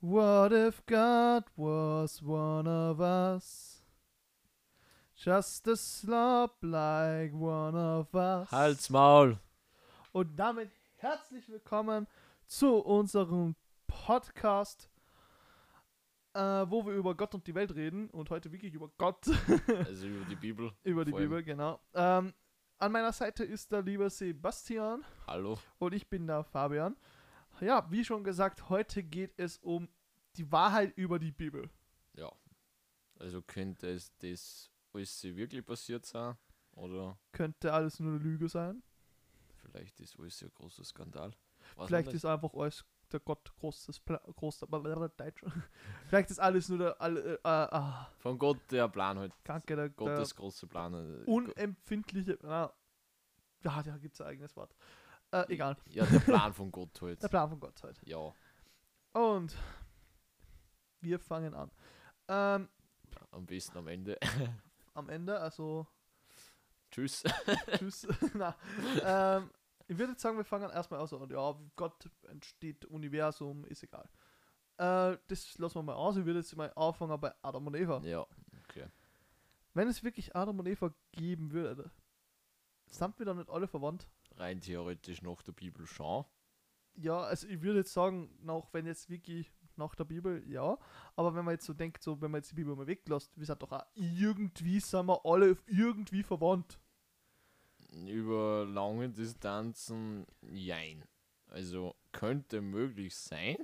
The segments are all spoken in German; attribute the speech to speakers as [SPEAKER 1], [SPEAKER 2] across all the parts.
[SPEAKER 1] What if God was one of us? Just a slob like one of us.
[SPEAKER 2] Halt's Maul.
[SPEAKER 1] Und damit herzlich willkommen zu unserem Podcast, äh, wo wir über Gott und die Welt reden. Und heute wirklich über Gott,
[SPEAKER 2] Also über die Bibel.
[SPEAKER 1] über die
[SPEAKER 2] Vor allem.
[SPEAKER 1] Bibel, genau. Ähm, an meiner Seite ist der liebe Sebastian
[SPEAKER 2] Hallo.
[SPEAKER 1] und ich bin der Fabian. Ja, wie schon gesagt, heute geht es um die Wahrheit über die Bibel.
[SPEAKER 2] Ja. Also könnte es das alles wirklich passiert sein? Oder
[SPEAKER 1] Könnte alles nur eine Lüge sein.
[SPEAKER 2] vielleicht ist alles ein großer Skandal? Weiß
[SPEAKER 1] Vielleicht
[SPEAKER 2] man
[SPEAKER 1] ist
[SPEAKER 2] nicht.
[SPEAKER 1] einfach alles der Gott großes Pla groß Deutsch. Vielleicht ist alles nur der all, äh, äh, ah,
[SPEAKER 2] Von Gott der Plan halt.
[SPEAKER 1] danke der, der
[SPEAKER 2] Gottes große Plan. äh, Go-
[SPEAKER 1] unempfindliche ah, ja, da gibt es ein eigenes Wort. Äh, egal.
[SPEAKER 2] Ja, der Plan von Gott halt.
[SPEAKER 1] Der Plan von Gott halt.
[SPEAKER 2] Ja.
[SPEAKER 1] Und wir fangen an. Ähm,
[SPEAKER 2] Am besten am Ende.
[SPEAKER 1] am Ende, also
[SPEAKER 2] Tschüss.
[SPEAKER 1] Tschüss. Na, ähm, ich würde jetzt sagen, wir fangen erstmal aus. Und ja, Gott entsteht, Universum, ist egal. Äh, das lassen wir mal aus. Ich würde jetzt mal anfangen bei Adam und Eva.
[SPEAKER 2] ja.
[SPEAKER 1] Wenn es wirklich Adam und Eva geben würde, sind wir dann nicht alle verwandt?
[SPEAKER 2] Rein theoretisch nach der Bibel schon.
[SPEAKER 1] Ja, also ich würde jetzt sagen, auch wenn jetzt wirklich nach der Bibel, ja. Aber wenn man jetzt so denkt, so wenn man jetzt die Bibel mal weglässt, wir sind doch auch irgendwie, sind wir alle irgendwie verwandt.
[SPEAKER 2] Über lange Distanzen, jein. Also könnte möglich sein,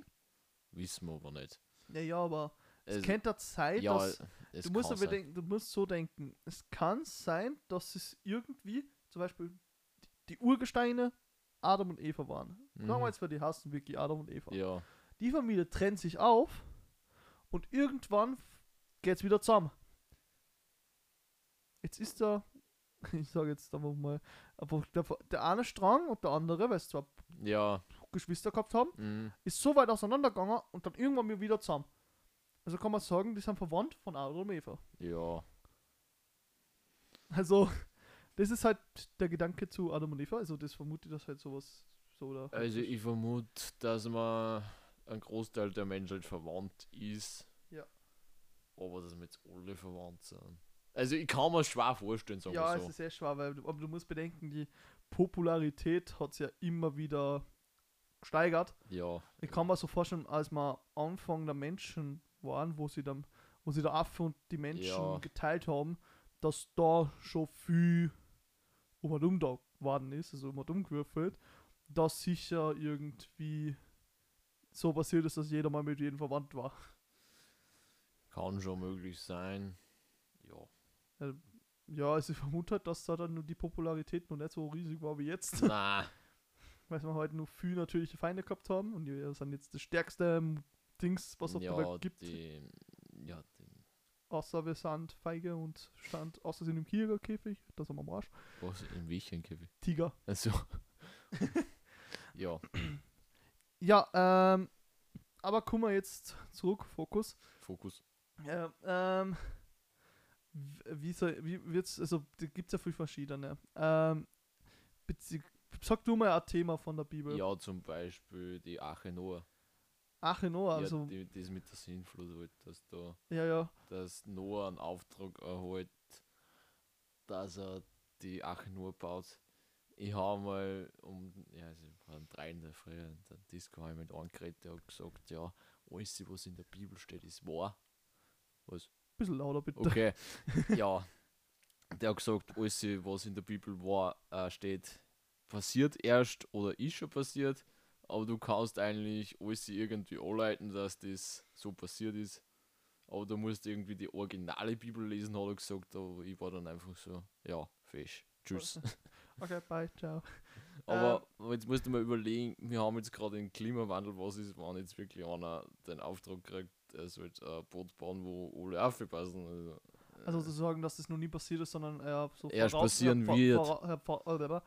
[SPEAKER 2] wissen wir aber nicht.
[SPEAKER 1] Naja, aber es
[SPEAKER 2] Also,
[SPEAKER 1] kennt der Zeit,
[SPEAKER 2] ja,
[SPEAKER 1] dass
[SPEAKER 2] es
[SPEAKER 1] du musst
[SPEAKER 2] kann
[SPEAKER 1] aber
[SPEAKER 2] sein.
[SPEAKER 1] denken, du musst so denken. Es kann sein, dass es irgendwie, zum Beispiel die, die Urgesteine Adam und Eva waren.
[SPEAKER 2] Mhm.
[SPEAKER 1] Damals war die hassen wirklich Adam und Eva.
[SPEAKER 2] Ja,
[SPEAKER 1] Die Familie trennt sich auf und irgendwann geht's wieder zusammen. Jetzt ist da, ich sage jetzt einfach mal, aber der, der eine Strang und der andere, weil sie zwar
[SPEAKER 2] ja,
[SPEAKER 1] Geschwister gehabt haben,
[SPEAKER 2] mhm.
[SPEAKER 1] ist so weit auseinandergegangen und dann irgendwann wieder zusammen. Also kann man sagen, die sind verwandt von Adam und Eva.
[SPEAKER 2] ja,
[SPEAKER 1] Also, das ist halt der Gedanke zu Adam und Eva. Also, das vermute ich, dass halt sowas so oder.
[SPEAKER 2] also ich vermute, dass man ein Großteil der Menschheit verwandt ist.
[SPEAKER 1] Ja.
[SPEAKER 2] Aber dass wir jetzt alle verwandt sind. Also ich kann mir schwer vorstellen, sagen
[SPEAKER 1] ja,
[SPEAKER 2] wir
[SPEAKER 1] es
[SPEAKER 2] so.
[SPEAKER 1] ist sehr schwer, weil du, aber du musst bedenken, die Popularität hat sich ja immer wieder gesteigert.
[SPEAKER 2] Ja,
[SPEAKER 1] Ich kann mir so vorstellen, als wir Anfang der Menschen waren, wo sie dann, wo sie der Affe und die Menschen
[SPEAKER 2] Ja.
[SPEAKER 1] geteilt haben, dass da schon viel um und um da geworden ist, also um und um gewürfelt, dass sicher irgendwie so passiert ist, dass jeder mal mit jedem verwandt war.
[SPEAKER 2] kann schon möglich sein. Ja.
[SPEAKER 1] Ja, also ich vermute halt, dass da dann nur die Popularität noch nicht so riesig war wie jetzt.
[SPEAKER 2] Na,
[SPEAKER 1] Weil wir halt nur viel natürliche Feinde gehabt haben und die sind jetzt das stärkste ähm, Dings, was auf
[SPEAKER 2] ja,
[SPEAKER 1] der Welt gibt.
[SPEAKER 2] Die, ja, die,
[SPEAKER 1] Außer wir sind feige und stand, außer sind im Tigerkäfig, das haben wir am Arsch.
[SPEAKER 2] was in welchen Käfig?
[SPEAKER 1] Tiger.
[SPEAKER 2] Also. ja,
[SPEAKER 1] Ja, ähm, aber guck mal jetzt zurück, Fokus.
[SPEAKER 2] Fokus.
[SPEAKER 1] Ja, ähm, w- wie soll, wie wird's, also da gibt's ja viel verschiedene. Ähm, bezie- sag du mal ein Thema von der Bibel.
[SPEAKER 2] Ja, zum Beispiel die Arche Noah.
[SPEAKER 1] Ache Noah, also,
[SPEAKER 2] ja, die, das mit der Sinnflut halt, dass da.
[SPEAKER 1] ja, ja.
[SPEAKER 2] dass Noah einen Auftrag erhält, dass er die Arche Noah baut. Ich habe mal um, ja, also um drei in der Früh in der Disco hab ich mit einem geredet, der hat gesagt, ja, alles, was in der Bibel steht, ist wahr. Was?
[SPEAKER 1] Bisschen lauter bitte.
[SPEAKER 2] Okay, ja. Der hat gesagt, alles, was in der Bibel war, äh, steht, passiert erst oder ist schon passiert, aber du kannst eigentlich alles irgendwie anleiten, dass das so passiert ist. Aber du musst irgendwie die originale Bibel lesen, hat er gesagt, aber ich war dann einfach so, ja, fisch. Tschüss.
[SPEAKER 1] Okay, bye, ciao.
[SPEAKER 2] Aber
[SPEAKER 1] Ähm.
[SPEAKER 2] jetzt musst du mal überlegen, wir haben jetzt gerade den Klimawandel, was ist, wenn jetzt wirklich einer den Auftrag kriegt, er soll jetzt ein Boot bauen, wo alle aufpassen. Also,
[SPEAKER 1] Also zu sagen, dass das noch nie passiert ist, sondern eher so
[SPEAKER 2] Erst
[SPEAKER 1] voraus-
[SPEAKER 2] passieren
[SPEAKER 1] vor-
[SPEAKER 2] wird.
[SPEAKER 1] vor- äh, vor- oder,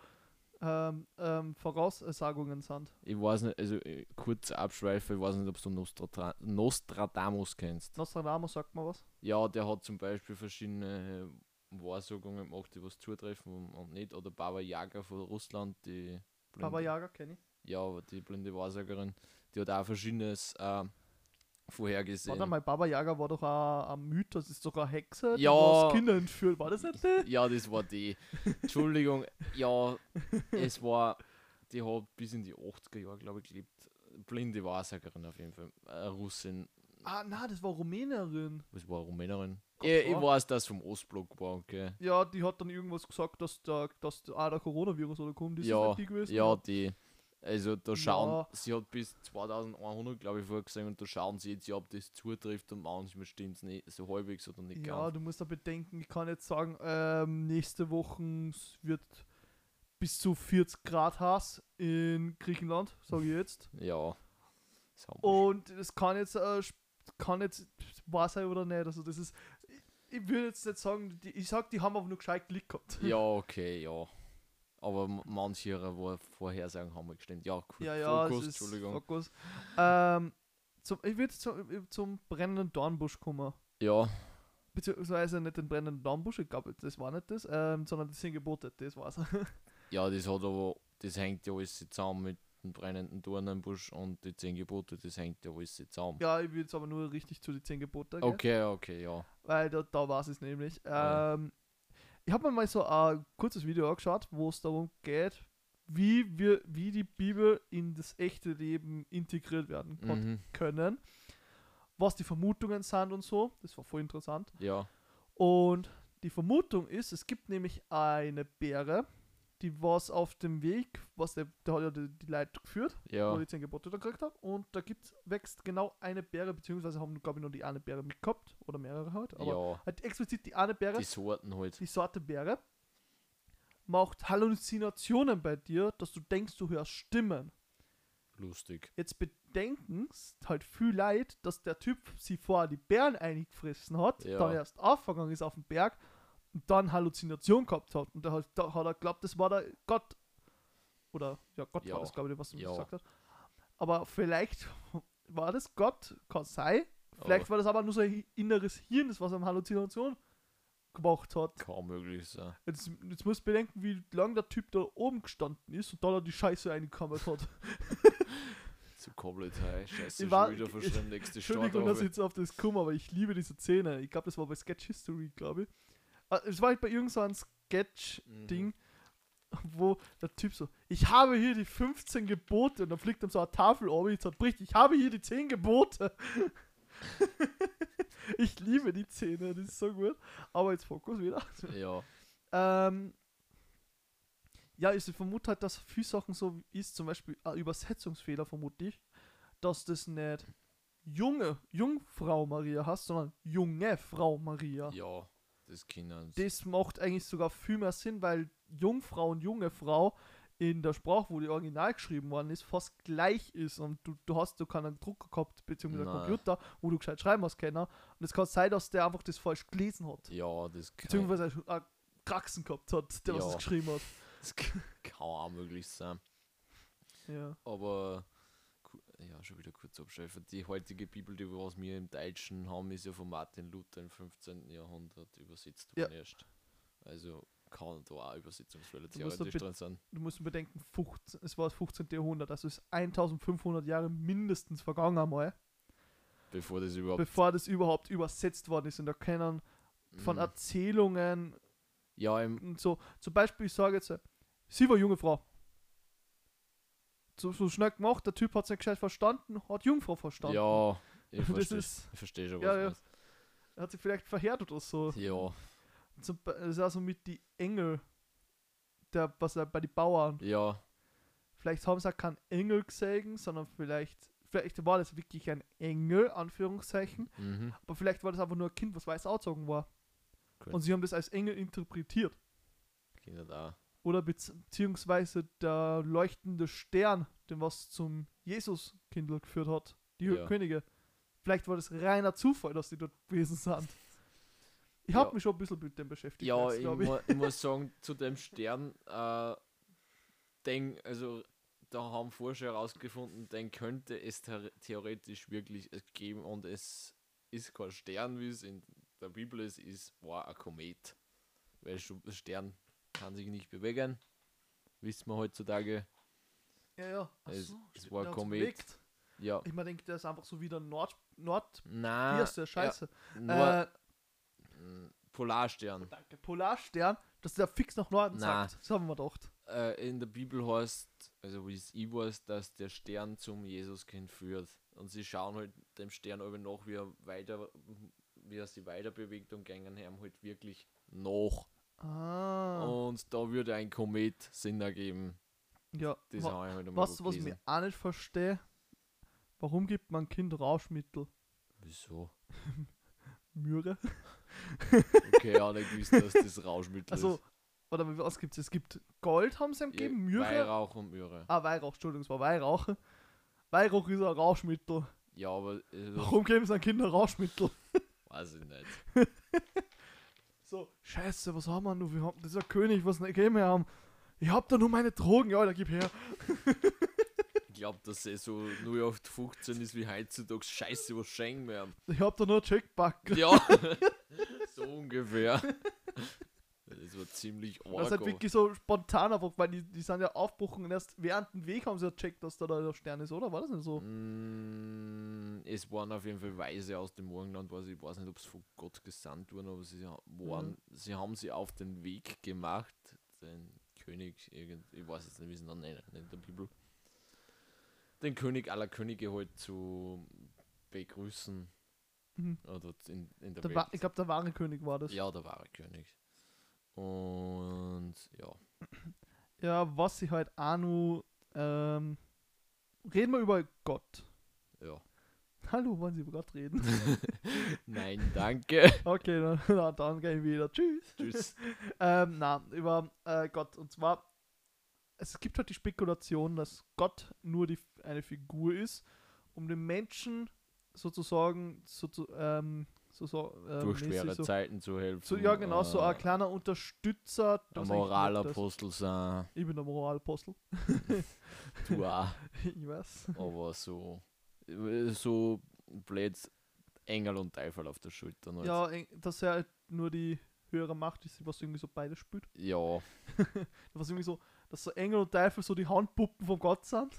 [SPEAKER 1] ähm, ähm, Voraussagungen sind.
[SPEAKER 2] Ich weiß nicht, also äh, kurz Abschweife, ich weiß nicht, ob du Nostratra Nostradamus kennst.
[SPEAKER 1] Nostradamus sagt mal was.
[SPEAKER 2] Ja, der hat zum Beispiel verschiedene Wahrsagungen gemacht, die was zutreffen und- und nicht. Oder Baba Yaga von Russland, die blinde,
[SPEAKER 1] Baba Yaga kenne ich.
[SPEAKER 2] ja, aber die blinde Wahrsagerin, die hat auch verschiedenes äh,
[SPEAKER 1] Warte
[SPEAKER 2] vorhergesehen.
[SPEAKER 1] mal, Baba Yaga war doch auch ein Mythos, ist doch eine Hexe, die
[SPEAKER 2] Ja.
[SPEAKER 1] was Kinder entführt. War das nicht die?
[SPEAKER 2] Ja, das war die. Entschuldigung, ja, es war, die hat bis in die 80er Jahre, glaube ich, gelebt. Blinde Wahrsagerin auf jeden Fall. Äh, Russin,
[SPEAKER 1] Ah, na, das war Rumänerin.
[SPEAKER 2] was war Rumänerin?
[SPEAKER 1] Gott,
[SPEAKER 2] Ich, ich
[SPEAKER 1] war.
[SPEAKER 2] weiß, dass vom Ostblock war, okay.
[SPEAKER 1] Ja, die hat dann irgendwas gesagt, dass der, dass der, ah, der Coronavirus oder kommt. Ist das
[SPEAKER 2] Ja,
[SPEAKER 1] nicht die gewesen?
[SPEAKER 2] ja, die. Also da schauen,
[SPEAKER 1] Ja.
[SPEAKER 2] sie hat bis 2100, glaube ich, vorgesehen und da schauen sie jetzt, ja, ob das zutrifft und manchmal stimmt es nicht so halbwegs oder nicht
[SPEAKER 1] Ja,
[SPEAKER 2] ganz.
[SPEAKER 1] du musst da bedenken, ich kann jetzt sagen, ähm, nächste Woche s- wird bis zu 40 Grad Hass in Griechenland, sage ich jetzt.
[SPEAKER 2] Ja. Das haben wir
[SPEAKER 1] Und es kann jetzt, äh, sp- kann jetzt wahr sein oder nicht. Also das ist, ich, ich würde jetzt nicht sagen, die, ich sag, die haben aber nur gescheit Glück gehabt.
[SPEAKER 2] schon. ja, okay, ja. Aber m- manche ihrer Vor- Vorhersagen haben wir gestimmt. Ja, cool.
[SPEAKER 1] Ja, ja,
[SPEAKER 2] Fokus,
[SPEAKER 1] es ist
[SPEAKER 2] Entschuldigung.
[SPEAKER 1] Fokus. Ähm, zum, ich würde zum, zum brennenden Dornbusch kommen.
[SPEAKER 2] Ja,
[SPEAKER 1] Beziehungsweise nicht den brennenden Dornbusch, ich glaube, das war nicht das, ähm, sondern die sind Gebote, das war's.
[SPEAKER 2] ja, das hat aber, das hängt ja alles zusammen mit dem brennenden Dornenbusch und die zehn Gebote, das hängt ja alles zusammen.
[SPEAKER 1] Ja, ich will jetzt aber nur richtig zu den 10 Gebote gehen,
[SPEAKER 2] Okay, okay, ja.
[SPEAKER 1] weil da, da war es nämlich.
[SPEAKER 2] Ja.
[SPEAKER 1] Ähm, ich habe mir mal so ein kurzes Video angeschaut, wo es darum geht, wie, wir, wie die Bibel in das echte Leben integriert werden kon-
[SPEAKER 2] Mhm,
[SPEAKER 1] können, was die Vermutungen sind und so. Das war voll interessant.
[SPEAKER 2] ja.
[SPEAKER 1] Und die Vermutung ist, es gibt nämlich eine Bäre, die was auf dem Weg, was der, der hat ja die, die Leute geführt,
[SPEAKER 2] Ja.
[SPEAKER 1] wo ich 10 Gebote da gekriegt habe. Und da gibt's, wächst genau eine Beere, beziehungsweise haben, glaube ich, nur die eine Beere mitgehabt. Oder mehrere halt. Aber
[SPEAKER 2] ja,
[SPEAKER 1] halt explizit die eine Beere,
[SPEAKER 2] die Sorten halt.
[SPEAKER 1] die Sorte Beere, macht Halluzinationen bei dir, dass du denkst, du hörst Stimmen.
[SPEAKER 2] Lustig.
[SPEAKER 1] Jetzt bedenken halt viel leid, dass der Typ sie vorher die Bären eingefressen hat,
[SPEAKER 2] Ja.
[SPEAKER 1] dann erst aufgegangen ist auf dem Berg und dann Halluzination gehabt hat. Und da hat, da hat er geglaubt, das war der Gott. Oder ja, Gott
[SPEAKER 2] Ja.
[SPEAKER 1] war das, glaube ich, was du
[SPEAKER 2] Ja.
[SPEAKER 1] gesagt hast. Aber vielleicht war das Gott, kann sein. Vielleicht
[SPEAKER 2] Aber
[SPEAKER 1] war das aber nur so ein inneres Hirn, das was er Halluzination gemacht hat.
[SPEAKER 2] kaum möglich äh, sein.
[SPEAKER 1] Jetzt, jetzt musst du bedenken, wie lang der Typ da oben gestanden ist und dann er die Scheiße eingekammert hat.
[SPEAKER 2] Zu komplett high. Scheiße,
[SPEAKER 1] Ich war-
[SPEAKER 2] schon wieder verschrieben, nächste Stadt.
[SPEAKER 1] Entschuldigung, dass ich
[SPEAKER 2] aber-
[SPEAKER 1] jetzt auf das komme, aber ich liebe diese Szene. Ich glaube, das war bei Sketch History, glaube ich. Ah, Es war halt bei irgendeinem Sketch-Ding,
[SPEAKER 2] Mhm.
[SPEAKER 1] wo der Typ so, ich habe hier die 15 Gebote und dann fliegt ihm so eine Tafel um, die zerbricht, ich habe hier die 10 Gebote. ich liebe die Szene, die ist so gut. Aber jetzt Fokus wieder.
[SPEAKER 2] Ja,
[SPEAKER 1] Ähm, ja, ich vermute halt, dass viele Sachen so ist, zum Beispiel ein Übersetzungsfehler vermute ich, dass das nicht junge, Jungfrau Maria hast, sondern junge Frau Maria.
[SPEAKER 2] ja, das Kindern.
[SPEAKER 1] Das macht eigentlich sogar viel mehr Sinn, weil Jungfrau und junge Frau in der Sprache, wo die original geschrieben worden ist, fast gleich ist und du, du hast du keinen Drucker gehabt, beziehungsweise einen
[SPEAKER 2] Nein.
[SPEAKER 1] Computer, wo du gescheit schreiben hast, keiner. Und es kann sein, dass der einfach das falsch gelesen hat.
[SPEAKER 2] Ja, das kann,
[SPEAKER 1] Beziehungsweise einen Kraxen gehabt hat, der was
[SPEAKER 2] Ja.
[SPEAKER 1] das geschrieben hat.
[SPEAKER 2] das kann kann auch möglich sein.
[SPEAKER 1] Ja.
[SPEAKER 2] Aber, ku- ja, schon wieder kurz abschreiben. Die heutige Bibel, die was wir im Deutschen haben, ist ja von Martin Luther im 15. Jahrhundert übersetzt
[SPEAKER 1] Ja.
[SPEAKER 2] worden erst. Also kann da auch Übersetzungsfälle
[SPEAKER 1] Du musst da
[SPEAKER 2] theoretisch
[SPEAKER 1] bit-
[SPEAKER 2] drin sein.
[SPEAKER 1] Du musst bedenken, 15, es war das 15. Jahrhundert, also ist 1500 Jahre mindestens vergangen einmal,
[SPEAKER 2] Bevor das überhaupt.
[SPEAKER 1] bevor das überhaupt übersetzt worden ist. Und da können von
[SPEAKER 2] Mhm.
[SPEAKER 1] Erzählungen
[SPEAKER 2] ja, im,
[SPEAKER 1] und so, zum Beispiel, ich sage jetzt, sie war junge Frau. So, so schnell gemacht, der Typ hat es nicht gescheit verstanden, hat Jungfrau verstanden.
[SPEAKER 2] ja, ich
[SPEAKER 1] das
[SPEAKER 2] verstehe
[SPEAKER 1] ist,
[SPEAKER 2] ich versteh schon, was
[SPEAKER 1] ja,
[SPEAKER 2] du
[SPEAKER 1] ja.
[SPEAKER 2] meinst.
[SPEAKER 1] er hat sie vielleicht verhärtet oder so.
[SPEAKER 2] Ja,
[SPEAKER 1] Zum, Be- das ist also mit die Engel, der, was er bei den Bauern.
[SPEAKER 2] ja,
[SPEAKER 1] Vielleicht haben sie auch keinen Engel gesehen, sondern vielleicht, vielleicht war das wirklich ein Engel, Anführungszeichen.
[SPEAKER 2] mhm.
[SPEAKER 1] Aber vielleicht war das einfach nur ein Kind, was weiß auszogen war.
[SPEAKER 2] Cool.
[SPEAKER 1] Und sie haben das als Engel interpretiert.
[SPEAKER 2] Kinder da.
[SPEAKER 1] Oder bez- beziehungsweise der leuchtende Stern, den was zum Jesus-Kindl geführt hat. Die
[SPEAKER 2] Ja.
[SPEAKER 1] Könige. Vielleicht war das reiner Zufall, dass die dort gewesen sind. Ich habe
[SPEAKER 2] Ja.
[SPEAKER 1] mich schon ein bisschen mit dem beschäftigt.
[SPEAKER 2] Ja,
[SPEAKER 1] jetzt,
[SPEAKER 2] ich,
[SPEAKER 1] glaub ich.
[SPEAKER 2] mu ich muss sagen, zu dem Stern, äh, denk, also da haben Forscher herausgefunden, den könnte es the theoretisch wirklich es geben und es ist kein Stern, wie es in der Bibel ist, ist war ein Komet. Weil Sch- Stern kann sich nicht bewegen, wissen wir heutzutage.
[SPEAKER 1] Ja, ja. Ach
[SPEAKER 2] Es-
[SPEAKER 1] so,
[SPEAKER 2] es war
[SPEAKER 1] der hat's
[SPEAKER 2] Komet.
[SPEAKER 1] bewegt.
[SPEAKER 2] Ja.
[SPEAKER 1] Ich mir denke, der ist einfach so wieder Nord. Nord.
[SPEAKER 2] Na,
[SPEAKER 1] Hier ist der Scheiße.
[SPEAKER 2] Ah, ja, nur
[SPEAKER 1] äh,
[SPEAKER 2] mm, Polarstern.
[SPEAKER 1] danke. Polarstern, dass der fix nach Norden
[SPEAKER 2] Na.
[SPEAKER 1] sagt. Das haben wir gedacht.
[SPEAKER 2] Äh, in der Bibel heißt, also wie es ich weiß, dass der Stern zum Jesuskind führt. Und sie schauen halt dem Stern aber nach, wie er weiter, wie er sich weiter bewegt und gängen haben halt wirklich nach.
[SPEAKER 1] Ah.
[SPEAKER 2] Und da würde ein Komet Sinn ergeben.
[SPEAKER 1] ja.
[SPEAKER 2] Das
[SPEAKER 1] wa-
[SPEAKER 2] habe ich halt einmal
[SPEAKER 1] was,
[SPEAKER 2] gut
[SPEAKER 1] was ich
[SPEAKER 2] gelesen.
[SPEAKER 1] mir auch nicht verstehe, warum gibt man Kind Rauschmittel?
[SPEAKER 2] Wieso?
[SPEAKER 1] Mühre?
[SPEAKER 2] Okay, ja, nicht gewusst, dass das Rauschmittel
[SPEAKER 1] Also,
[SPEAKER 2] ist.
[SPEAKER 1] oder was gibt's? Es gibt Gold, haben sie ihm gegeben,
[SPEAKER 2] Ja,
[SPEAKER 1] Mühre.
[SPEAKER 2] Weihrauch und Möhre.
[SPEAKER 1] Ah, Weihrauch, Entschuldigung, es war Weihrauch. Weihrauch ist ein Rauschmittel.
[SPEAKER 2] Ja, aber also,
[SPEAKER 1] Warum geben sie an Kinder Rauschmittel?
[SPEAKER 2] weiß ich nicht.
[SPEAKER 1] So, scheiße, was haben wir nur? Wir haben dieser König, was nicht gegeben haben. Ich hab da nur meine Drogen, ja, da gib her.
[SPEAKER 2] Ich glaube, dass es so 0815 ist wie heutzutage. Scheiße, was schenken wir ihm?
[SPEAKER 1] Ich hab da nur Checkback.
[SPEAKER 2] Ja, so ungefähr. Das war ziemlich
[SPEAKER 1] Das ist
[SPEAKER 2] arg.
[SPEAKER 1] halt wirklich so spontan einfach, weil die, die sind ja aufbrochen und erst während dem Weg haben sie ja checkt, dass da der Stern ist, oder? War das nicht
[SPEAKER 2] Hm,
[SPEAKER 1] so?
[SPEAKER 2] Mm, Es waren auf jeden Fall Weise aus dem Morgenland, was ich weiß nicht, ob es von Gott gesandt wurden, aber sie ha- waren,
[SPEAKER 1] Mhm.
[SPEAKER 2] sie haben sie auf den Weg gemacht, den König, irgend, ich weiß jetzt nicht, wie sie ihn nennen, in der Bibel, den König aller Könige halt zu begrüßen.
[SPEAKER 1] Mhm.
[SPEAKER 2] Oder in, in der,
[SPEAKER 1] Der
[SPEAKER 2] Welt.
[SPEAKER 1] wa- ich glaube, der wahre König war das. Ja.
[SPEAKER 2] Ja, der wahre König. Und ja.
[SPEAKER 1] was sie halt auch nur, ähm, reden wir über Gott.
[SPEAKER 2] Ja.
[SPEAKER 1] Hallo, wollen Sie über Gott reden?
[SPEAKER 2] Nein, danke.
[SPEAKER 1] Okay, dann, na, dann gehen wir wieder. Tschüss.
[SPEAKER 2] Tschüss.
[SPEAKER 1] Ähm, na, über äh, Gott. Und zwar, es gibt halt die Spekulation, dass Gott nur die, eine Figur ist, um den Menschen sozusagen so zu, ähm, so, so, ähm,
[SPEAKER 2] Durch
[SPEAKER 1] mäßig
[SPEAKER 2] schwere
[SPEAKER 1] so,
[SPEAKER 2] Zeiten zu helfen.
[SPEAKER 1] so, ja, genau, so
[SPEAKER 2] äh,
[SPEAKER 1] ein kleiner Unterstützer. was
[SPEAKER 2] Ein
[SPEAKER 1] eigentlich nicht das-
[SPEAKER 2] Moralapostel sein,
[SPEAKER 1] Ich bin der Moralapostel.
[SPEAKER 2] du auch,
[SPEAKER 1] ich weiß.
[SPEAKER 2] aber so, äh, so blöd Engel und Teufel auf der Schulter. Halt.
[SPEAKER 1] Ja, eng- dass er halt nur die höhere Macht ist, was irgendwie so beides spielt.
[SPEAKER 2] ja,
[SPEAKER 1] Was irgendwie so, dass so Engel und Teufel so die Handpuppen von Gott sind.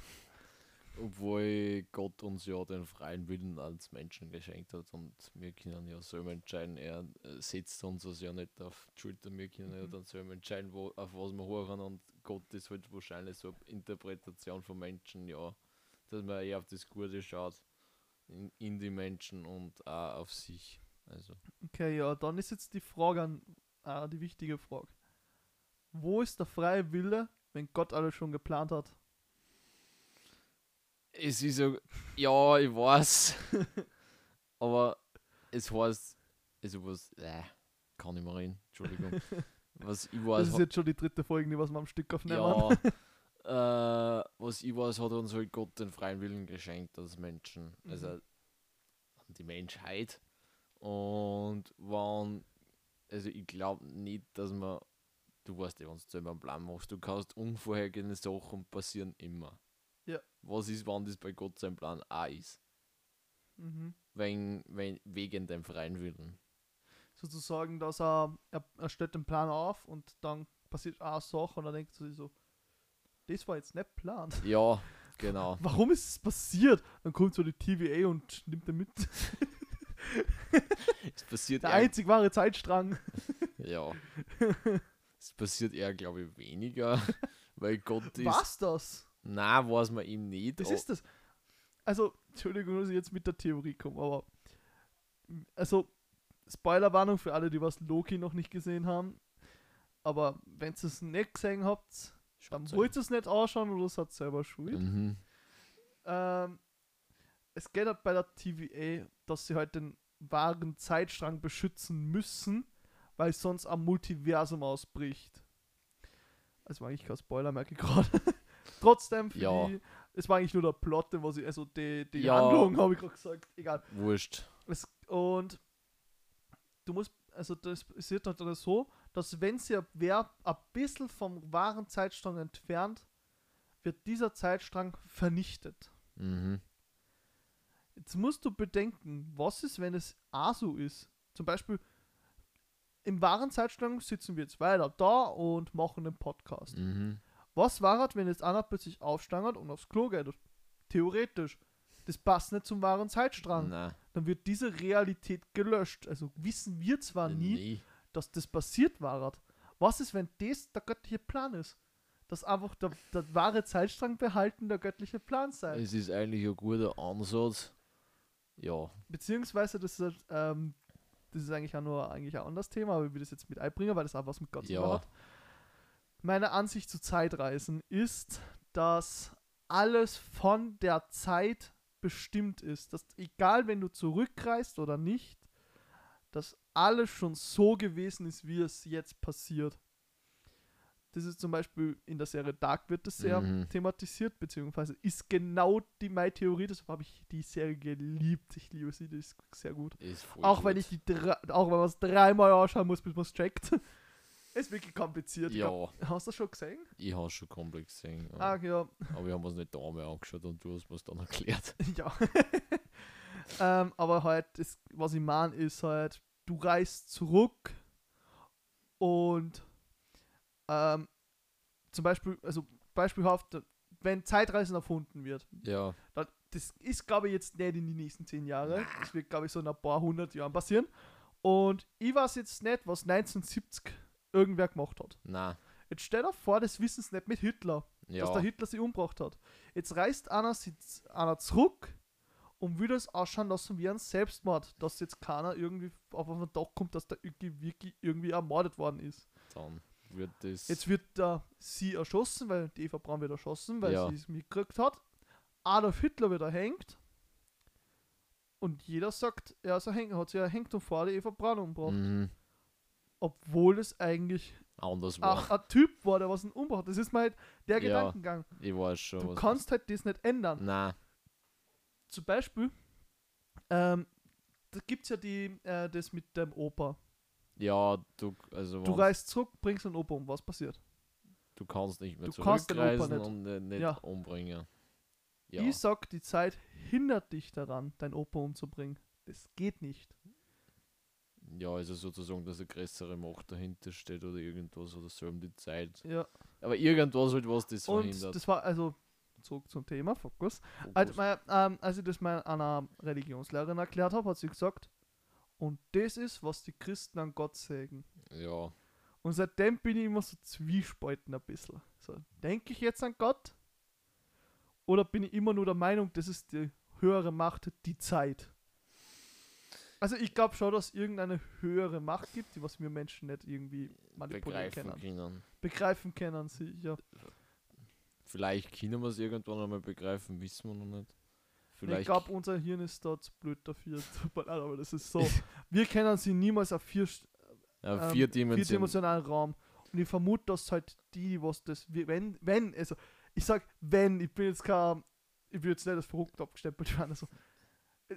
[SPEAKER 2] obwohl Gott uns ja den freien Willen als Menschen geschenkt hat und wir können ja selber entscheiden, er äh, setzt uns das ja nicht auf die Schulter, wir können ja
[SPEAKER 1] Mhm.
[SPEAKER 2] dann selber entscheiden, wo, auf was wir hören und Gott ist halt wahrscheinlich so eine Interpretation von Menschen, ja, dass man eher auf das Gute schaut, in, in die Menschen und auch auf sich, also.
[SPEAKER 1] Okay, ja, dann ist jetzt die Frage an ah, die wichtige Frage. Wo ist der freie Wille, wenn Gott alles schon geplant hat?
[SPEAKER 2] Es ist ja, ja, ich weiß. Aber es heißt, also was, äh, kann ich mal reden, Entschuldigung. Was ich
[SPEAKER 1] Das
[SPEAKER 2] weiß,
[SPEAKER 1] ist jetzt schon die dritte Folge, die was wir am Stück aufnehmen.
[SPEAKER 2] ja, äh, was ich weiß, hat uns halt Gott den freien Willen geschenkt als Menschen, also
[SPEAKER 1] Mhm.
[SPEAKER 2] an die Menschheit. Und wann, also ich glaube nicht, dass man, du weißt ja, wenn du selber einen Plan machst, du kannst unvorhergesehene Sachen passieren immer.
[SPEAKER 1] Ja.
[SPEAKER 2] Was ist, wann das bei Gott sein Plan auch ist?
[SPEAKER 1] Mhm.
[SPEAKER 2] wenn, wenn, wegen dem freien Willen.
[SPEAKER 1] Sozusagen, dass er, er, er stellt den Plan auf und dann passiert eine Sache und dann denkt er sich so, das war jetzt nicht geplant.
[SPEAKER 2] Ja, genau.
[SPEAKER 1] Warum ist es passiert? Dann kommt so die TVA und nimmt den mit.
[SPEAKER 2] Es passiert
[SPEAKER 1] Der
[SPEAKER 2] eher,
[SPEAKER 1] einzig wahre Zeitstrang.
[SPEAKER 2] ja. Es passiert eher, glaube ich, weniger, weil Gott ist.
[SPEAKER 1] Was das?
[SPEAKER 2] Na, weiß man ihm nicht.
[SPEAKER 1] Das
[SPEAKER 2] oh,
[SPEAKER 1] ist das. Also, Entschuldigung, dass ich jetzt mit der Theorie komme, aber. Also, Spoilerwarnung für alle, die was Loki noch nicht gesehen haben. Aber wenn ihr es nicht gesehen habt,
[SPEAKER 2] schaut's
[SPEAKER 1] dann
[SPEAKER 2] euch.
[SPEAKER 1] wollt ihr es nicht anschauen oder es hat selber schuld.
[SPEAKER 2] Mhm.
[SPEAKER 1] Ähm, es geht halt bei der TVA, dass sie halt den wahren Zeitstrang beschützen müssen, weil sonst am Multiversum ausbricht. Also war eigentlich kein Spoiler, merke ich gerade. Trotzdem, für
[SPEAKER 2] Ja.
[SPEAKER 1] die, es war eigentlich nur der Plot, den was ich, also die, die
[SPEAKER 2] Ja.
[SPEAKER 1] Handlung habe ich gerade gesagt, egal.
[SPEAKER 2] Wurscht.
[SPEAKER 1] Es, und du musst, also das passiert halt dann so, dass wenn sie wer ein bisschen vom wahren Zeitstrang entfernt, wird dieser Zeitstrang vernichtet.
[SPEAKER 2] Mhm.
[SPEAKER 1] Jetzt musst du bedenken, was ist, wenn es auch so ist? Zum Beispiel, im wahren Zeitstrang sitzen wir jetzt weiter da und machen den Podcast.
[SPEAKER 2] Mhm.
[SPEAKER 1] Was war halt, wenn jetzt einer plötzlich aufstangert und aufs Klo geht? Theoretisch. das passt nicht zum wahren Zeitstrang.
[SPEAKER 2] Nein.
[SPEAKER 1] Dann wird diese Realität gelöscht. Also wissen wir zwar nie,
[SPEAKER 2] Nee.
[SPEAKER 1] dass das passiert war. Was ist, wenn das der göttliche Plan ist? Dass einfach der, der wahre Zeitstrang behalten der göttliche Plan sein.
[SPEAKER 2] Es ist eigentlich ein guter Ansatz. Ja.
[SPEAKER 1] Beziehungsweise, das ist, halt, ähm, das ist eigentlich auch nur eigentlich auch ein anderes Thema, aber ich will das jetzt mit einbringen, weil das auch was mit Gott zu tun
[SPEAKER 2] Ja.
[SPEAKER 1] hat. Meine Ansicht zu Zeitreisen ist, dass alles von der Zeit bestimmt ist. Dass egal, wenn du zurückreist oder nicht, dass alles schon so gewesen ist, wie es jetzt passiert. Das ist zum Beispiel in der Serie Dark wird das sehr
[SPEAKER 2] Mhm.
[SPEAKER 1] thematisiert, beziehungsweise ist genau die meine Theorie, deshalb habe ich die Serie geliebt. Ich liebe sie, die ist sehr gut.
[SPEAKER 2] Ist voll
[SPEAKER 1] auch wenn
[SPEAKER 2] gut.
[SPEAKER 1] ich die drei, auch wenn man es dreimal anschauen muss, bis man es checkt. ist wirklich kompliziert. Ich
[SPEAKER 2] Ja,
[SPEAKER 1] glaub, hast du das schon gesehen?
[SPEAKER 2] ich habe schon komplex gesehen. Ja.
[SPEAKER 1] Ah, ja.
[SPEAKER 2] Aber wir haben uns nicht da mehr angeschaut und du hast mir es dann erklärt.
[SPEAKER 1] Ja. ähm, aber halt, das, was ich meine, ist halt, du reist zurück und ähm, zum Beispiel, also beispielhaft, wenn Zeitreisen erfunden wird,
[SPEAKER 2] Ja,
[SPEAKER 1] dann, das ist, glaube ich, jetzt nicht in die nächsten zehn Jahre. Das wird, glaube ich, so in ein paar hundert Jahren passieren. Und ich weiß jetzt nicht, was 1970 irgendwer gemacht hat.
[SPEAKER 2] na,
[SPEAKER 1] Jetzt stell dir vor, das wissen sie nicht mit Hitler dass
[SPEAKER 2] ja,
[SPEAKER 1] der Hitler sie umgebracht hat. Jetzt reist einer, sitz- einer zurück und will das ausschauen lassen wie ein Selbstmord, dass jetzt keiner irgendwie auf den Dach kommt, dass der irgendwie, wirklich irgendwie ermordet worden ist.
[SPEAKER 2] dann wird das.
[SPEAKER 1] Jetzt wird der sie erschossen, weil die Eva Braun wird erschossen, weil
[SPEAKER 2] Ja.
[SPEAKER 1] sie es mitgekriegt hat. Adolf Hitler wird erhängt. Und jeder sagt, er ist erhängt, hat sie erhängt und vorher die Eva Braun umgebracht.
[SPEAKER 2] mhm,
[SPEAKER 1] Obwohl es eigentlich
[SPEAKER 2] anders war.
[SPEAKER 1] ein, ein Typ war, der was ihn umgebracht hat. Das ist mal halt der
[SPEAKER 2] Ja.
[SPEAKER 1] Gedankengang.
[SPEAKER 2] Ich weiß schon.
[SPEAKER 1] Du
[SPEAKER 2] was-
[SPEAKER 1] kannst halt das nicht ändern.
[SPEAKER 2] Na,
[SPEAKER 1] zum Beispiel, ähm, da gibt es ja die, äh, das mit dem Opa.
[SPEAKER 2] ja, du, also
[SPEAKER 1] Du
[SPEAKER 2] wenn-
[SPEAKER 1] reist zurück, bringst einen Opa um. Was passiert?
[SPEAKER 2] du kannst nicht mehr
[SPEAKER 1] du kannst den Opa
[SPEAKER 2] zurückreisen
[SPEAKER 1] nicht.
[SPEAKER 2] und äh, nicht
[SPEAKER 1] Ja.
[SPEAKER 2] umbringen. Ja,
[SPEAKER 1] Ich sag, die Zeit hindert dich daran, deinen Opa umzubringen. Das geht nicht.
[SPEAKER 2] ja, also sozusagen, dass eine größere Macht dahinter steht oder irgendwas oder so um die Zeit.
[SPEAKER 1] Ja.
[SPEAKER 2] Aber irgendwas halt, was das
[SPEAKER 1] Und
[SPEAKER 2] verhindert.
[SPEAKER 1] das war also zurück zum Thema, Fokus.
[SPEAKER 2] Fokus.
[SPEAKER 1] Als, mein, ähm, als ich das mal einer Religionslehrerin erklärt habe, hat sie gesagt, und das ist, was die Christen an Gott sägen.
[SPEAKER 2] ja,
[SPEAKER 1] Und seitdem bin ich immer so zwiespalten ein bisschen. So, denke ich jetzt an Gott? Oder bin ich immer nur der Meinung, das ist die höhere Macht, die Zeit? Also ich glaube schon, dass es irgendeine höhere Macht gibt, die was wir Menschen nicht irgendwie manipulieren
[SPEAKER 2] begreifen
[SPEAKER 1] können.
[SPEAKER 2] können.
[SPEAKER 1] Begreifen können, sicher.
[SPEAKER 2] Vielleicht können wir es irgendwann einmal begreifen, wissen wir noch nicht.
[SPEAKER 1] Ich
[SPEAKER 2] Vielleicht
[SPEAKER 1] glaube, unser Hirn ist da zu blöd dafür. Tut mir leid, aber das ist so. Wir können sie niemals auf vier,
[SPEAKER 2] äh,
[SPEAKER 1] ähm,
[SPEAKER 2] vierdimensional.
[SPEAKER 1] vierdimensionalen Raum. Und ich vermute, dass halt die, was das, wir- wenn, wenn, also ich sag, wenn, ich bin jetzt kein, ich bin jetzt nicht als verrückt abgestempelt werden, also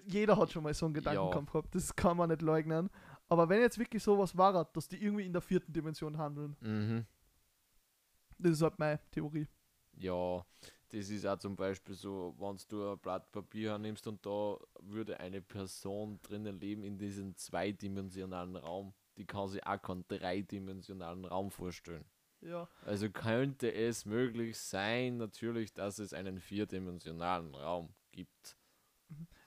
[SPEAKER 1] jeder hat schon mal so einen Gedankenkampf gehabt, das kann man nicht leugnen. Aber wenn jetzt wirklich sowas war, dass die irgendwie in der vierten Dimension handeln,
[SPEAKER 2] Mhm.
[SPEAKER 1] das ist halt meine Theorie.
[SPEAKER 2] Ja, das ist auch zum Beispiel so, wenn du ein Blatt Papier hernimmst und da würde eine Person drinnen leben in diesem zweidimensionalen Raum. Die kann sich auch keinen dreidimensionalen Raum vorstellen.
[SPEAKER 1] Ja,
[SPEAKER 2] Also könnte es möglich sein, natürlich, dass es einen vierdimensionalen Raum gibt.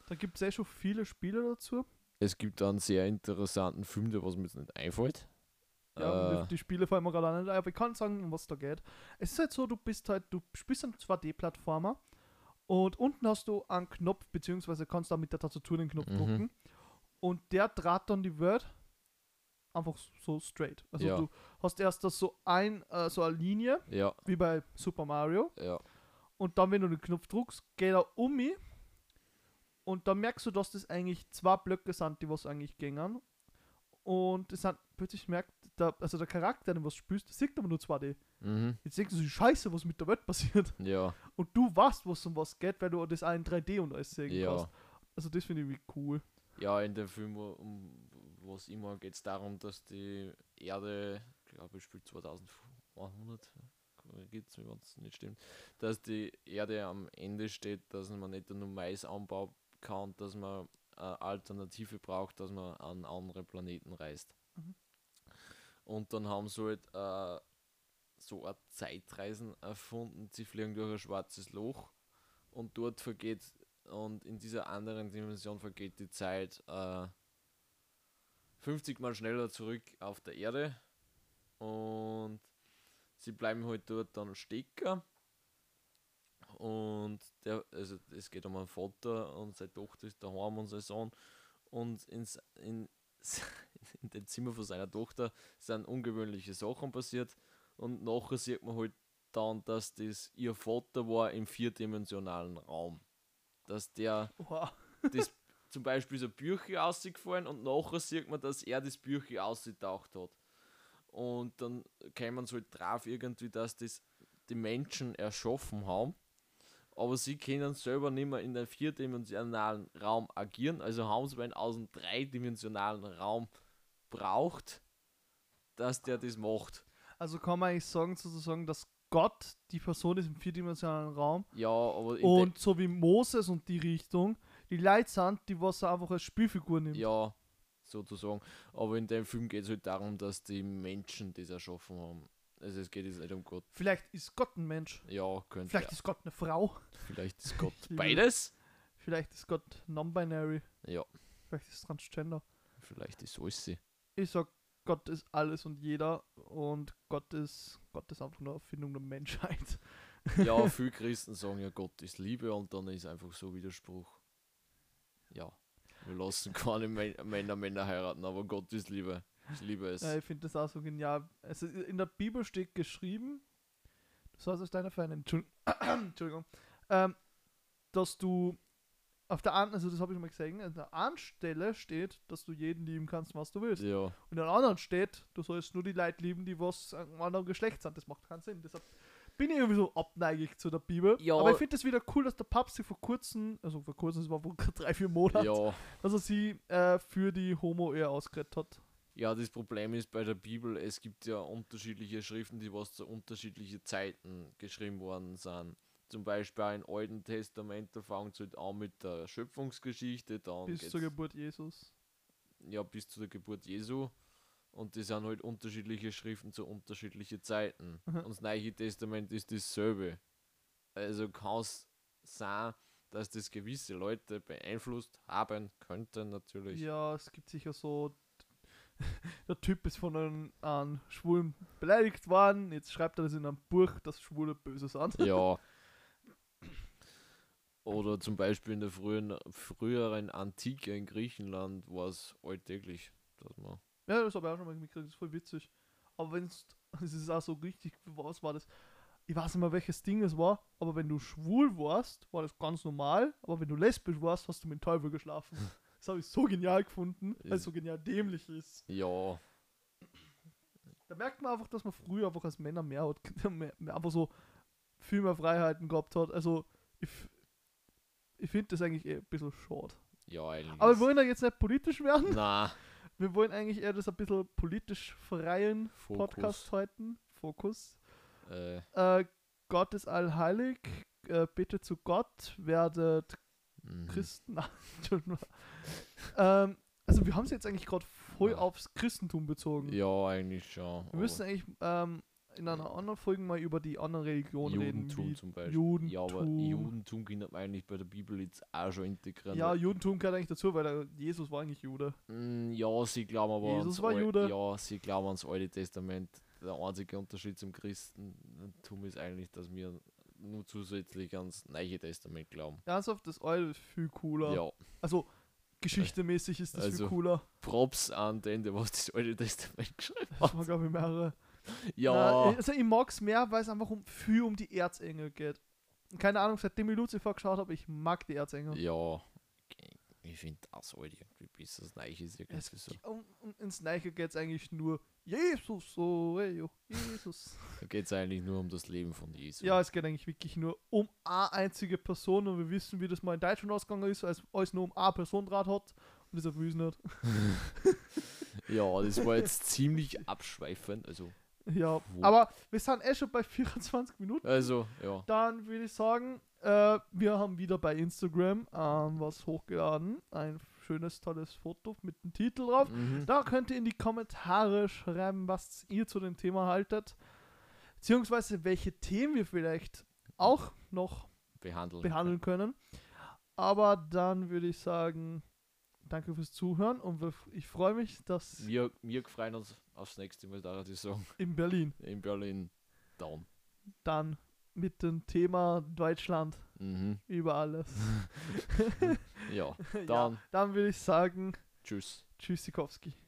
[SPEAKER 1] da gibt es eh schon viele Spiele dazu.
[SPEAKER 2] Es gibt einen sehr interessanten Film, der was mir jetzt nicht einfällt.
[SPEAKER 1] Ja,
[SPEAKER 2] äh,
[SPEAKER 1] die Spiele fallen mir gerade an. Aber ich kann sagen, um was da geht. Es ist halt so, du bist halt, du spielst einen 2D-Plattformer und unten hast du einen Knopf, beziehungsweise kannst da mit der Tastatur den Knopf
[SPEAKER 2] Mhm.
[SPEAKER 1] drücken. Und der draht dann die Word einfach so straight. Also
[SPEAKER 2] Ja.
[SPEAKER 1] du hast erst das so ein, äh, so eine Linie,
[SPEAKER 2] ja,
[SPEAKER 1] wie bei Super Mario.
[SPEAKER 2] ja,
[SPEAKER 1] Und dann, wenn du den Knopf drückst, geht er um mich. Und dann merkst du, dass das eigentlich zwei Blöcke sind, die was eigentlich gängern. Und es sind, plötzlich merkt, der, also der Charakter, den was du spielst, sieht aber nur 2D.
[SPEAKER 2] mhm,
[SPEAKER 1] Jetzt denkst du so, Scheiße, was mit der Welt passiert.
[SPEAKER 2] ja,
[SPEAKER 1] Und du weißt, was um was geht, weil du das auch in 3D und alles sehen
[SPEAKER 2] ja.
[SPEAKER 1] kannst. Also das finde ich wie cool.
[SPEAKER 2] Ja, in dem Film, wo- um was immer, geht es darum, dass die Erde, glaube ich, spielt 2100, geht es mir, wenn es nicht stimmt, dass die Erde am Ende steht, dass man nicht nur Mais anbauen kann, dass man eine Alternative braucht, dass man an andere Planeten reist.
[SPEAKER 1] Mhm.
[SPEAKER 2] Und dann haben sie halt äh, so eine Zeitreisen erfunden. Sie fliegen durch ein schwarzes Loch und dort vergeht und in dieser anderen Dimension vergeht die Zeit äh, 50 Mal schneller zurück auf der Erde und sie bleiben halt dort dann stecker und der, also es geht um einen Vater und seine Tochter ist daheim und sein Sohn und ins, in, in dem Zimmer von seiner Tochter sind ungewöhnliche Sachen passiert und nachher sieht man halt dann, dass das ihr Vater war im vierdimensionalen Raum. Dass der
[SPEAKER 1] Wow.
[SPEAKER 2] das zum Beispiel so Bücher ausgefallen und nachher sieht man, dass er das Bücher ausgetaucht hat. Und dann kämen sie halt drauf irgendwie, dass das die Menschen erschaffen haben. Aber sie können selber nicht mehr in den vierdimensionalen Raum agieren. Also haben sie einen aus dem dreidimensionalen Raum braucht, dass der das macht.
[SPEAKER 1] Also kann man eigentlich sagen, sozusagen, dass Gott die Person ist im vierdimensionalen Raum
[SPEAKER 2] Ja, aber in der-
[SPEAKER 1] und so wie Moses und die Richtung, die Leute sind, die was er einfach als Spielfigur nimmt.
[SPEAKER 2] Ja, sozusagen. Aber in dem Film geht es halt darum, dass die Menschen das erschaffen haben. Also es geht jetzt nicht um Gott.
[SPEAKER 1] Vielleicht ist Gott ein Mensch.
[SPEAKER 2] Ja, könnte.
[SPEAKER 1] Vielleicht
[SPEAKER 2] Vielleicht,
[SPEAKER 1] ist Gott eine Frau.
[SPEAKER 2] vielleicht ist Gott
[SPEAKER 1] Ja.
[SPEAKER 2] beides.
[SPEAKER 1] Vielleicht ist Gott non-binary.
[SPEAKER 2] Ja,
[SPEAKER 1] Vielleicht ist Transgender.
[SPEAKER 2] vielleicht ist alles sie.
[SPEAKER 1] Ich sag, Gott ist alles und jeder und Gott ist, Gott ist einfach nur Erfindung der Menschheit.
[SPEAKER 2] Ja, viele Christen sagen ja, Gott ist Liebe und dann ist einfach so Widerspruch. Ja, wir lassen keine Mä- Männer Männer heiraten, aber Gott ist Liebe. Ich liebe es.
[SPEAKER 1] Ja, ich finde das auch so genial. Also in der Bibel steht geschrieben, du sollst auf deiner Ferne, Entschuldigung, Entschuldigung ähm, dass du auf der einen, also das habe ich mal gesehen, an der einen Stelle steht, dass du jeden lieben kannst, was du willst.
[SPEAKER 2] Ja,
[SPEAKER 1] Und an der anderen steht, du sollst nur die Leute lieben, die was einem anderen Geschlecht sind. Das macht keinen Sinn. Deshalb bin ich irgendwie so abneigig zu der Bibel.
[SPEAKER 2] Ja.
[SPEAKER 1] Aber ich finde es wieder cool, dass der Papst sie vor kurzem, also vor kurzem, es war vor drei, vier Monaten,
[SPEAKER 2] ja.
[SPEAKER 1] dass er sie äh, für die Homo-Ehe ausgeredet hat.
[SPEAKER 2] Ja, das Problem ist bei der Bibel, es gibt ja unterschiedliche Schriften, die was zu unterschiedlichen Zeiten geschrieben worden sind. Zum Beispiel auch im Alten Testament, da fängt es halt an mit der Schöpfungsgeschichte, dann
[SPEAKER 1] Bis
[SPEAKER 2] geht's-
[SPEAKER 1] zur Geburt Jesus.
[SPEAKER 2] ja, bis zu der Geburt Jesu. Und die sind halt unterschiedliche Schriften zu unterschiedlichen Zeiten.
[SPEAKER 1] Mhm.
[SPEAKER 2] Und das Neue Testament ist dasselbe. Also kann es sein, dass das gewisse Leute beeinflusst haben könnten, natürlich.
[SPEAKER 1] Ja, es gibt sicher so. Der Typ ist von einem, einem Schwulen beleidigt worden. Jetzt schreibt er das in einem Buch, dass Schwule böse sind.
[SPEAKER 2] Ja. Oder zum Beispiel in der frühen, früheren Antike in Griechenland war es alltäglich, dass man.
[SPEAKER 1] Ja, das habe ich auch schon mal mitgekriegt, das ist voll witzig. Aber wenn es, es ist auch so richtig, was war das? Ich weiß nicht mehr, welches Ding es war, aber wenn du schwul warst, war das ganz normal, aber wenn du lesbisch warst, hast du mit dem Teufel geschlafen. Das habe ich so genial gefunden, weil es so genial dämlich ist.
[SPEAKER 2] Ja,
[SPEAKER 1] Da merkt man einfach, dass man früher einfach als Männer mehr hat, mehr, mehr, einfach so viel mehr Freiheiten gehabt hat. Also, ich, f- ich finde das eigentlich eh ein bisschen schade.
[SPEAKER 2] ja, eigentlich.
[SPEAKER 1] Aber wir wollen ja jetzt nicht politisch werden.
[SPEAKER 2] Na,
[SPEAKER 1] Wir wollen eigentlich eher das ein bisschen politisch freien
[SPEAKER 2] Fokus.
[SPEAKER 1] Podcast halten. Fokus.
[SPEAKER 2] äh,
[SPEAKER 1] Äh, Gott ist allheilig. Äh, bitte zu Gott werdet
[SPEAKER 2] mhm.
[SPEAKER 1] Christen. Nein, Entschuldigung. ähm, also wir haben es jetzt eigentlich gerade voll
[SPEAKER 2] Ja.
[SPEAKER 1] aufs Christentum bezogen.
[SPEAKER 2] Ja, eigentlich schon.
[SPEAKER 1] Wir müssen eigentlich ähm, in einer anderen Folge mal über die anderen
[SPEAKER 2] aber
[SPEAKER 1] Religionen
[SPEAKER 2] Judentum
[SPEAKER 1] reden.
[SPEAKER 2] zum
[SPEAKER 1] Wie
[SPEAKER 2] Beispiel.
[SPEAKER 1] Judentum.
[SPEAKER 2] Ja, aber Judentum kann man eigentlich bei der Bibel jetzt auch schon integrieren.
[SPEAKER 1] Ja,
[SPEAKER 2] weil-
[SPEAKER 1] Judentum gehört eigentlich dazu, weil der Jesus war eigentlich Jude.
[SPEAKER 2] Mm, ja, sie glauben aber
[SPEAKER 1] Jesus
[SPEAKER 2] ans
[SPEAKER 1] war
[SPEAKER 2] Al-
[SPEAKER 1] Jude.
[SPEAKER 2] Ja, sie glauben ans Alte Testament. Der einzige Unterschied zum Christentum ist eigentlich, dass wir nur zusätzlich ans Neue Testament glauben.
[SPEAKER 1] Ernsthaft, das Alte ist viel cooler.
[SPEAKER 2] Ja.
[SPEAKER 1] Also, geschichtemäßig ist das
[SPEAKER 2] Also,
[SPEAKER 1] viel cooler.
[SPEAKER 2] Props an den, der was das Alte Testament geschrieben
[SPEAKER 1] Das
[SPEAKER 2] hat.
[SPEAKER 1] war, glaube ich, mehrere.
[SPEAKER 2] Ja,
[SPEAKER 1] Na, also ich mag es mehr, weil es einfach um viel um die Erzengel geht. Keine Ahnung, seitdem ich Lucifer geschaut habe, ich mag die Erzengel.
[SPEAKER 2] ja. Ich finde das Alte irgendwie besser. Das Neue ist irgendwie so.
[SPEAKER 1] Um, um, ins Neiche geht es eigentlich nur Jesus, oh, ey, oh, Jesus.
[SPEAKER 2] Da geht es eigentlich nur um das Leben von Jesus.
[SPEAKER 1] Ja, es geht eigentlich wirklich nur um eine einzige Person und wir wissen, wie das mal in Deutschland ausgegangen ist, als alles nur um eine Person draht hat und deshalb wissen nicht.
[SPEAKER 2] ja, das war jetzt ziemlich abschweifend. Also,
[SPEAKER 1] Ja,
[SPEAKER 2] Wo-
[SPEAKER 1] aber wir sind eh schon bei 24 Minuten.
[SPEAKER 2] also ja.
[SPEAKER 1] Dann würde ich sagen, äh, wir haben wieder bei Instagram ähm, was hochgeladen. Ein schönes, tolles Foto mit dem Titel drauf.
[SPEAKER 2] Mhm.
[SPEAKER 1] Da könnt ihr in die Kommentare schreiben, was ihr zu dem Thema haltet. Beziehungsweise welche Themen wir vielleicht auch noch
[SPEAKER 2] Behandeln.
[SPEAKER 1] behandeln können. Aber dann würde ich sagen, danke fürs Zuhören und wir, ich freue mich, dass
[SPEAKER 2] Wir, wir freuen uns aufs nächste Mal, da ich sagen,
[SPEAKER 1] in Berlin
[SPEAKER 2] in Berlin down.
[SPEAKER 1] dann mit dem Thema Deutschland
[SPEAKER 2] Mhm.
[SPEAKER 1] über alles.
[SPEAKER 2] Ja,
[SPEAKER 1] ja,
[SPEAKER 2] dann
[SPEAKER 1] dann würde ich sagen,
[SPEAKER 2] tschüss.
[SPEAKER 1] tschüss Sikowski.